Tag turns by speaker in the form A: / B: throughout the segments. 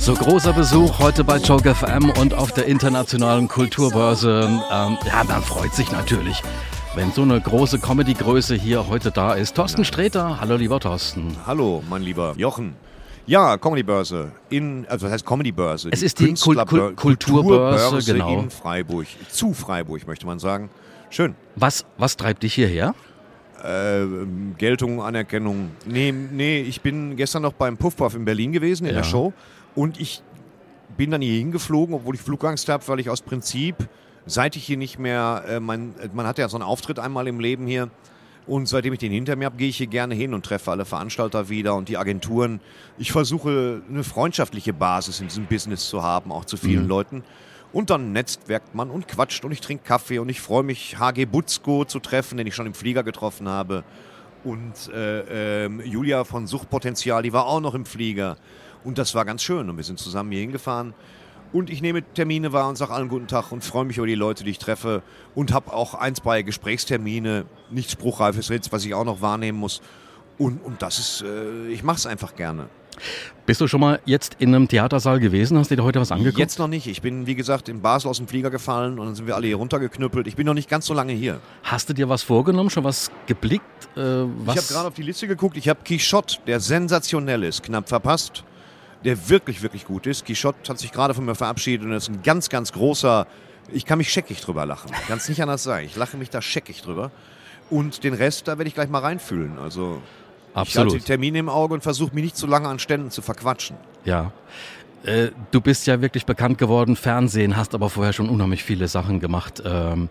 A: So großer Besuch heute bei Joke FM und auf der internationalen Kulturbörse. Ähm, ja, man freut sich natürlich, wenn so eine große Comedy-Größe hier heute da ist. Thorsten Sträter, hallo lieber Thorsten.
B: Hallo, mein lieber Jochen. Ja, Comedy-Börse. In, also das heißt Comedy-Börse.
A: Es ist die Kul-
B: Künstlerbör-
A: Kul- Kulturbörse, genau.
B: in Freiburg. Zu Freiburg, möchte man sagen. Schön.
A: Was, was treibt dich hierher?
B: Ähm, Geltung, Anerkennung. Nee, nee, ich bin gestern noch beim Puff Puff in Berlin gewesen, in
A: Ja.
B: der Show. Und ich bin dann hier hingeflogen, obwohl ich Flugangst habe, weil ich aus Prinzip, seit ich hier nicht mehr, äh, mein, äh, man hat ja so einen Auftritt einmal im Leben hier. Und seitdem ich den hinter mir habe, gehe ich hier gerne hin und treffe alle Veranstalter wieder und die Agenturen. Ich versuche, eine freundschaftliche Basis in diesem Business zu haben, auch zu vielen Leuten. Und dann netzwerkt man und quatscht und ich trinke Kaffee und ich freue mich, HG Butzko zu treffen, den ich schon im Flieger getroffen habe. Und äh, ähm, Julia von Suchtpotenzial, die war auch noch im Flieger. Und das war ganz schön. Und wir sind zusammen hier hingefahren. Und ich nehme Termine wahr und sage allen guten Tag und freue mich über die Leute, die ich treffe. Und habe auch ein, zwei Gesprächstermine, nichts spruchreifes Ritz, was ich auch noch wahrnehmen muss. Und, und das ist, äh, ich mache es einfach gerne.
A: Bist du schon mal jetzt in einem Theatersaal gewesen? Hast du dir heute was angeguckt?
B: Jetzt noch nicht. Ich bin, wie gesagt, in Basel aus dem Flieger gefallen und dann sind wir alle hier runtergeknüppelt. Ich bin noch nicht ganz so lange hier.
A: Hast du dir was vorgenommen, schon was geblickt? Äh, was?
B: Ich habe gerade auf die Liste geguckt. Ich habe Quichotte, der sensationell ist, knapp verpasst. Der wirklich, wirklich gut ist. Quichotte hat sich gerade von mir verabschiedet und ist ein ganz, ganz großer. Ich kann mich scheckig drüber lachen. Ich kann es nicht anders sagen. Ich lache mich da scheckig drüber. Und den Rest, da werde ich gleich mal reinfühlen. Also, ich halte
A: Absolut.
B: die Termine im Auge und versuche mich nicht zu lange an Ständen zu verquatschen.
A: Ja. Äh, Du bist ja wirklich bekannt geworden, Fernsehen, hast aber vorher schon unheimlich viele Sachen gemacht. Ähm,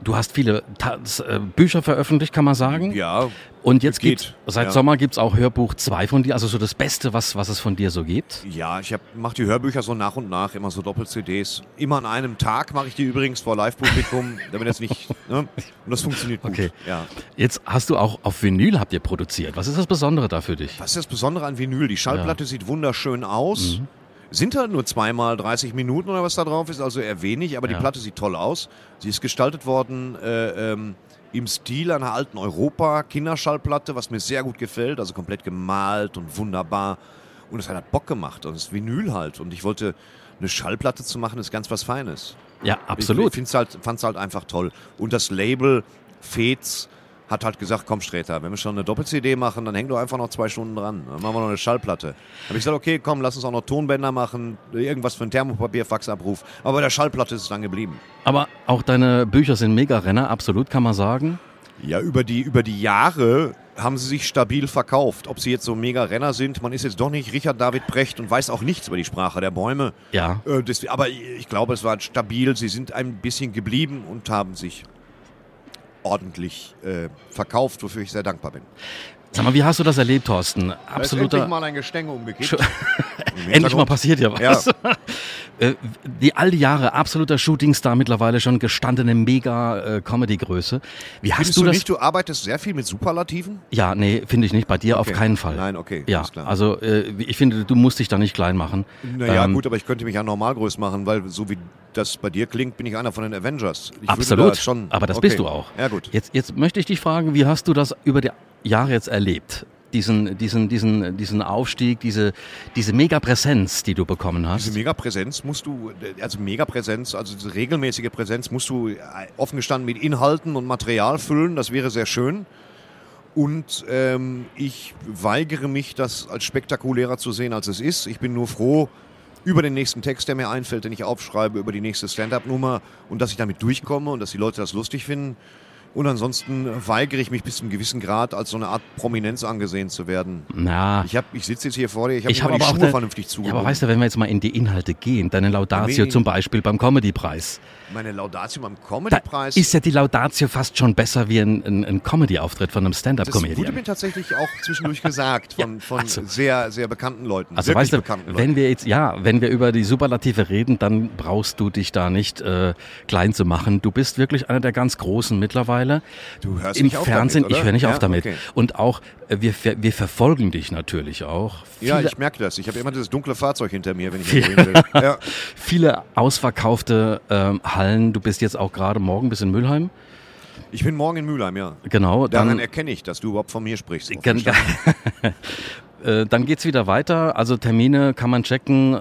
A: Du hast viele Ta s- äh, Bücher veröffentlicht, kann man sagen.
B: Ja,
A: Und jetzt
B: geht,
A: gibt's, seit
B: ja.
A: Sommer gibt's auch Hörbuch 2 von dir, also so das Beste, was, was es von dir so gibt.
B: Ja, ich mache die Hörbücher so nach und nach, immer so Doppel-CDs. Immer an einem Tag mache ich die übrigens vor Live-Publikum, damit das nicht. Ne? Und das funktioniert gut.
A: Okay.
B: Ja.
A: Jetzt hast du auch auf Vinyl habt ihr produziert. Was ist das Besondere da für dich?
B: Was ist das Besondere an Vinyl? Die Schallplatte sieht wunderschön aus. Sind halt nur zweimal 30 Minuten oder was da drauf ist, also eher wenig, aber
A: Ja.
B: die Platte sieht toll aus. Sie ist gestaltet worden äh, ähm, im Stil einer alten Europa-Kinderschallplatte, was mir sehr gut gefällt, also komplett gemalt und wunderbar. Und es hat halt Bock gemacht und es ist Vinyl halt. Und ich wollte, eine Schallplatte zu machen, ist ganz was Feines.
A: Ja,
B: Ich,
A: absolut.
B: ich halt, fand es halt einfach toll. Und das Label Fez hat halt gesagt, komm Sträter, wenn wir schon eine Doppel-CD machen, dann häng doch einfach noch zwei Stunden dran. Dann machen wir noch eine Schallplatte. Hab ich gesagt, okay, komm, lass uns auch noch Tonbänder machen, irgendwas für ein Thermopapier, Faxabruf. Aber bei der Schallplatte ist es dann geblieben.
A: Aber auch deine Bücher sind Mega-Renner, absolut, kann man sagen.
B: Ja, über die, über die Jahre haben sie sich stabil verkauft. Ob sie jetzt so mega Renner sind, man ist jetzt doch nicht Richard David Brecht und weiß auch nichts über die Sprache der Bäume.
A: Ja.
B: Äh, deswe- aber ich glaube, es war stabil. Sie sind ein bisschen geblieben und haben sich ordentlich äh, verkauft, wofür ich sehr dankbar bin.
A: Sag mal, wie hast du das erlebt, Thorsten?
B: Da ist endlich
A: Absoluter.
B: mal ein Gestänge umgekippt.
A: Scho-
B: Im
A: Endlich mal
B: Hintergrund.
A: passiert ja was. Äh, Die all die Jahre absoluter Shootingstar mittlerweile schon gestandene Mega-Comedy-Größe. Wie hast
B: Findest
A: du
B: du
A: das?
B: nicht, du arbeitest sehr viel mit Superlativen?
A: Ja, nee, finde ich nicht. Bei dir auf
B: Okay.
A: keinen Fall.
B: Nein, okay,
A: Ja,
B: alles klar.
A: also äh, ich finde, du musst dich da nicht klein machen.
B: Naja,
A: Ähm,
B: gut, aber ich könnte mich ja normal groß machen, weil so wie das bei dir klingt, bin ich einer von den Avengers. Ich würde
A: Absolut.
B: da schon,
A: Aber das
B: okay.
A: bist du auch.
B: Ja, gut.
A: Jetzt, jetzt möchte ich dich fragen, wie hast du das über die Jahre jetzt erlebt? Diesen, diesen, diesen, diesen Aufstieg, diese, diese Mega-Präsenz, die du bekommen hast.
B: Diese Megapräsenz musst du, also Megapräsenz, also diese regelmäßige Präsenz musst du äh, offen gestanden mit Inhalten und Material füllen, das wäre sehr schön. Und ähm, ich weigere mich, das als spektakulärer zu sehen, als es ist. Ich bin nur froh über den nächsten Text, der mir einfällt, den ich aufschreibe, über die nächste Stand-up-Nummer und dass ich damit durchkomme und dass die Leute das lustig finden. Und ansonsten weigere ich mich bis zu einem gewissen Grad, als so eine Art Prominenz angesehen zu werden.
A: Na,
B: Ich, hab, ich sitze jetzt hier vor dir, ich habe
A: Ich
B: hab
A: habe
B: mir
A: aber
B: die
A: auch
B: Schuhe
A: eine-
B: vernünftig
A: ja,
B: zugebunden.
A: aber weißt du, wenn wir jetzt mal in die Inhalte gehen, deine Laudatio
B: Nee.
A: zum Beispiel beim Comedy-Preis.
B: Meine Laudatio beim
A: Da
B: Comedy-Preis.
A: ist ja die Laudatio fast schon besser wie ein, ein, ein Comedy-Auftritt von einem
B: das wurde
A: Stand-Up-Comedian.
B: mir tatsächlich auch zwischendurch gesagt von, von
A: also-
B: sehr, sehr bekannten Leuten.
A: Also
B: wirklich
A: weißt du,
B: bekannten Leuten.
A: wenn wir jetzt, ja, wenn wir über die Superlative reden, dann brauchst du dich da nicht äh, klein zu machen. Du bist wirklich einer der ganz Großen mittlerweile.
B: Du hörst
A: Im
B: nicht auf
A: Fernsehen,
B: damit, oder?
A: ich höre nicht
B: ja,
A: auf damit.
B: Okay.
A: Und auch, äh, wir, ver- wir verfolgen dich natürlich auch.
B: Ja,
A: Viele-
B: ich merke das. Ich habe immer dieses dunkle Fahrzeug hinter mir, wenn ich irgendwo hin will. Ja.
A: Viele ausverkaufte ähm, Hallen. Du bist jetzt auch gerade morgen bis in Mülheim.
B: Ich bin morgen in Mülheim, ja.
A: Genau.
B: Daran
A: Dann,
B: erkenne ich, dass du überhaupt von mir sprichst.
A: Gen- Äh, dann geht's wieder weiter. Also Termine kann man checken.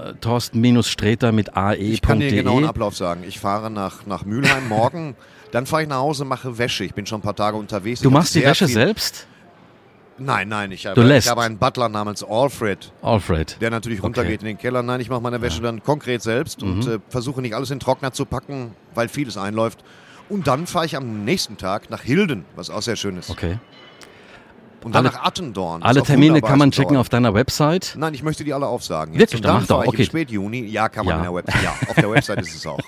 A: Thorsten-Streter mit E ae.de.
B: Ich kann dir genau einen Ablauf sagen. Ich fahre nach, nach Mülheim morgen, dann fahre ich nach Hause, mache Wäsche. Ich bin schon ein paar Tage unterwegs.
A: Du
B: Ich hab
A: machst die
B: sehr
A: Wäsche
B: viel-
A: selbst?
B: Nein, nein, ich
A: Du
B: habe,
A: lässt.
B: ich habe einen Butler namens Alfred,
A: Alfred.
B: der natürlich runtergeht in den Keller. Nein, ich mache meine Wäsche dann konkret selbst
A: Mhm.
B: und äh, versuche nicht alles in den Trockner zu packen, weil vieles einläuft. Und dann fahre ich am nächsten Tag nach Hilden, was auch sehr schön ist.
A: Okay.
B: Und dann
A: Alle-
B: nach Attendorn. was
A: Alle
B: auch
A: Termine
B: wunderbar
A: kann man
B: ist dort.
A: checken auf deiner Website.
B: Nein, ich möchte die alle aufsagen. Jetzt.
A: Wirklich?
B: Und
A: Dann
B: dann
A: mach doch,
B: fahre ich
A: okay.
B: im Spätjuni. Ja, kann man
A: Ja.
B: in der Website. Ja, auf der Website ist es auch.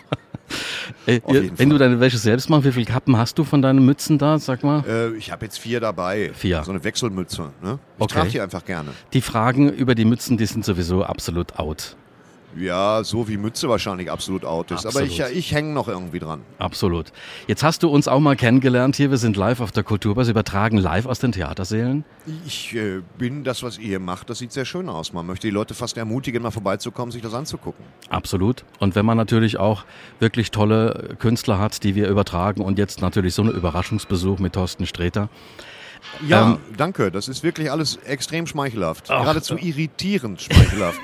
A: Äh,
B: auf
A: ihr-
B: jeden
A: wenn du
B: Fall.
A: deine Wäsche selbst machst, wie viele Kappen hast du von deinen Mützen da? Sag mal.
B: Äh, ich habe jetzt vier dabei.
A: Vier.
B: So eine Wechselmütze. Ne? Ich
A: Okay.
B: trage die einfach gerne.
A: Die Fragen über die Mützen, die sind sowieso absolut out.
B: Ja, so wie Mütze wahrscheinlich absolut out ist. Aber
A: Absolut.
B: ich, ja, ich hänge noch irgendwie dran.
A: Absolut. Jetzt hast du uns auch mal kennengelernt hier. Wir sind live auf der Kulturbörse, übertragen live aus den Theatersälen.
B: Ich äh, bin das, was ihr macht, das sieht sehr schön aus. Man möchte die Leute fast ermutigen, mal vorbeizukommen, sich das anzugucken.
A: Absolut. Und wenn man natürlich auch wirklich tolle Künstler hat, die wir übertragen und jetzt natürlich so einen Überraschungsbesuch mit Thorsten Sträter.
B: Ja, Ähm, danke. Das ist wirklich alles extrem schmeichelhaft.
A: Ach,
B: Geradezu irritierend schmeichelhaft.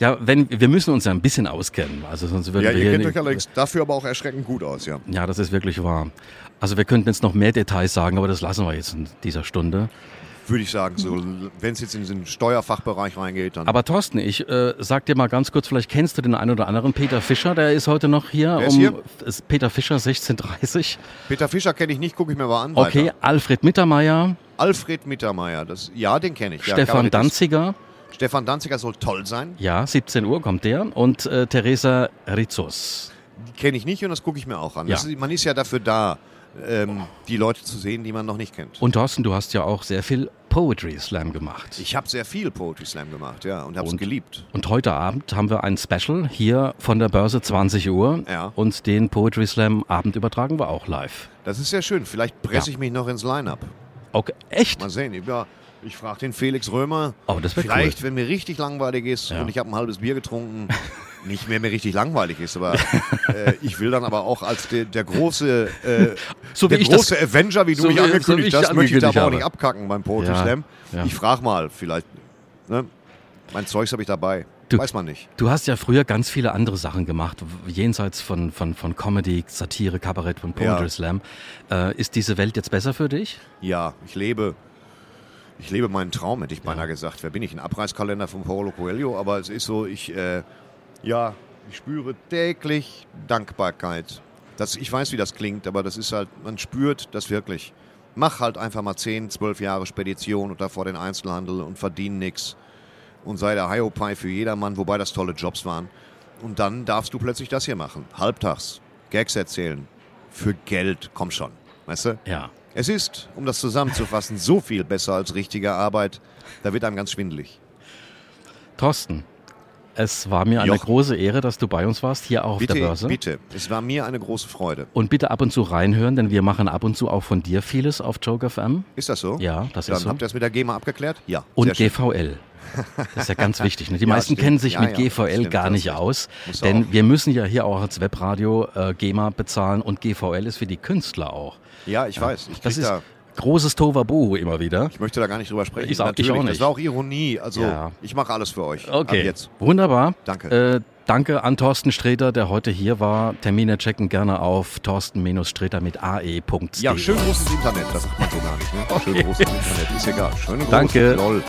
A: Ja, wenn, wir müssen uns ja ein bisschen auskennen. Also sonst würden
B: ja,
A: wir
B: ihr
A: hier
B: kennt
A: nicht-
B: euch allerdings dafür aber auch erschreckend gut aus, ja.
A: Ja, das ist wirklich wahr. Also wir könnten jetzt noch mehr Details sagen, aber das lassen wir jetzt in dieser Stunde.
B: Würde ich sagen, so, wenn es jetzt in den Steuerfachbereich reingeht, dann.
A: Aber Thorsten, ich äh, sag dir mal ganz kurz, vielleicht kennst du den einen oder anderen Peter Fischer, der ist heute noch hier.
B: Wer ist
A: um,
B: hier?
A: Ist Peter Fischer, 16.30
B: Peter Fischer kenne ich nicht, gucke ich mir mal an.
A: Okay,
B: Weiter.
A: Alfred Mittermeier,
B: Alfred Mittermeier, das, ja, den kenne ich. Ja,
A: Stefan
B: Kabarettist.
A: Danziger,
B: Stefan Danziger soll toll sein.
A: ja, 17 Uhr kommt der, und äh, Theresa Rizos.
B: Die kenne ich nicht und das gucke ich mir auch an.
A: Ja.
B: Das ist, man ist ja dafür da, ähm, die Leute zu sehen, die man noch nicht kennt.
A: Und Thorsten, du hast ja auch sehr viel Poetry Slam gemacht.
B: Ich habe sehr viel Poetry Slam gemacht, ja, und habe es
A: Und?
B: geliebt.
A: Und heute Abend haben wir ein Special hier von der Börse 20 Uhr
B: Ja.
A: und den Poetry Slam Abend übertragen wir auch live.
B: Das ist sehr schön. Vielleicht presse ich mich noch ins Line-Up.
A: Okay, echt?
B: Mal sehen. Ja, ich frage den Felix Römer.
A: Oh, das wär cool.
B: Vielleicht, wenn mir richtig langweilig ist und ich habe ein halbes Bier getrunken, nicht mehr mir richtig langweilig ist, aber äh, ich will dann aber auch als der, der große, äh,
A: So
B: der
A: wie ich das-
B: große Avenger, wie du
A: so
B: mich
A: wie- so wie
B: angekündigt
A: ich
B: hast, möchte ich
A: angekündigt
B: da aber auch
A: habe.
B: nicht abkacken beim Poetry
A: Ja,
B: Slam.
A: ja.
B: Ich frage mal, vielleicht. Ne? Mein Zeugs habe ich dabei.
A: Du-
B: Weiß man nicht.
A: Du hast ja früher ganz viele andere Sachen gemacht, w- jenseits von, von, von Comedy, Satire, Kabarett und Poetry
B: Ja.
A: Slam. Äh, ist diese Welt jetzt besser für dich?
B: Ja, ich lebe. Ich lebe meinen Traum, hätte ich beinahe gesagt. Wer bin ich? Ein Abreißkalender von Paolo Coelho, aber es ist so, ich, äh, ja, ich spüre täglich Dankbarkeit. Das, ich weiß, wie das klingt, aber das ist halt, man spürt das wirklich. Mach halt einfach mal 10, 12 Jahre Spedition und davor den Einzelhandel und verdien nix und sei der Hiopai für jedermann, wobei das tolle Jobs waren. Und dann darfst du plötzlich das hier machen. Halbtags, Gags erzählen, für Geld, komm schon. Weißt du?
A: Ja.
B: Es ist, um das zusammenzufassen, so viel besser als richtige Arbeit. Da wird einem ganz schwindelig.
A: Thorsten, es war mir eine
B: Jochen.
A: große Ehre, dass du bei uns warst, hier auch auf der
B: Bitte,
A: Börse.
B: bitte. Es war mir eine große Freude.
A: Und bitte ab und zu reinhören, denn wir machen ab und zu auch von dir vieles auf Joker FM
B: Ist das so?
A: Ja, das
B: Dann
A: ist so.
B: Habt ihr das mit der GEMA abgeklärt? Ja.
A: und
B: sehr schön.
A: GVL. Das ist ja ganz wichtig. Ne? Die
B: Ja,
A: meisten
B: stimmt.
A: kennen sich
B: Ja,
A: mit
B: ja,
A: GVL
B: stimmt,
A: gar
B: das
A: nicht
B: ist richtig.
A: aus,
B: Muss ja
A: denn
B: auch.
A: wir müssen ja hier auch als Webradio äh, GEMA bezahlen und GVL ist für die Künstler auch.
B: ja, ich weiß. Ich,
A: Das
B: krieg
A: ist
B: da,
A: großes Tovabohu immer wieder.
B: ich möchte da gar nicht drüber sprechen.
A: Ich auch- ich
B: Natürlich,
A: auch
B: Das
A: nicht.
B: war auch Ironie. Also,
A: Ja.
B: ich mache alles für euch.
A: Okay,
B: Ab jetzt.
A: wunderbar.
B: Danke.
A: Äh, danke an Thorsten Sträter, der heute hier war. Termine checken gerne auf thorsten-streter mit ae.de.
B: Ja, schön großes Internet. Das sagt man so gar nicht. Ne? Schön großes Internet. Ist egal. Schöne große.
A: Danke.
B: Lol.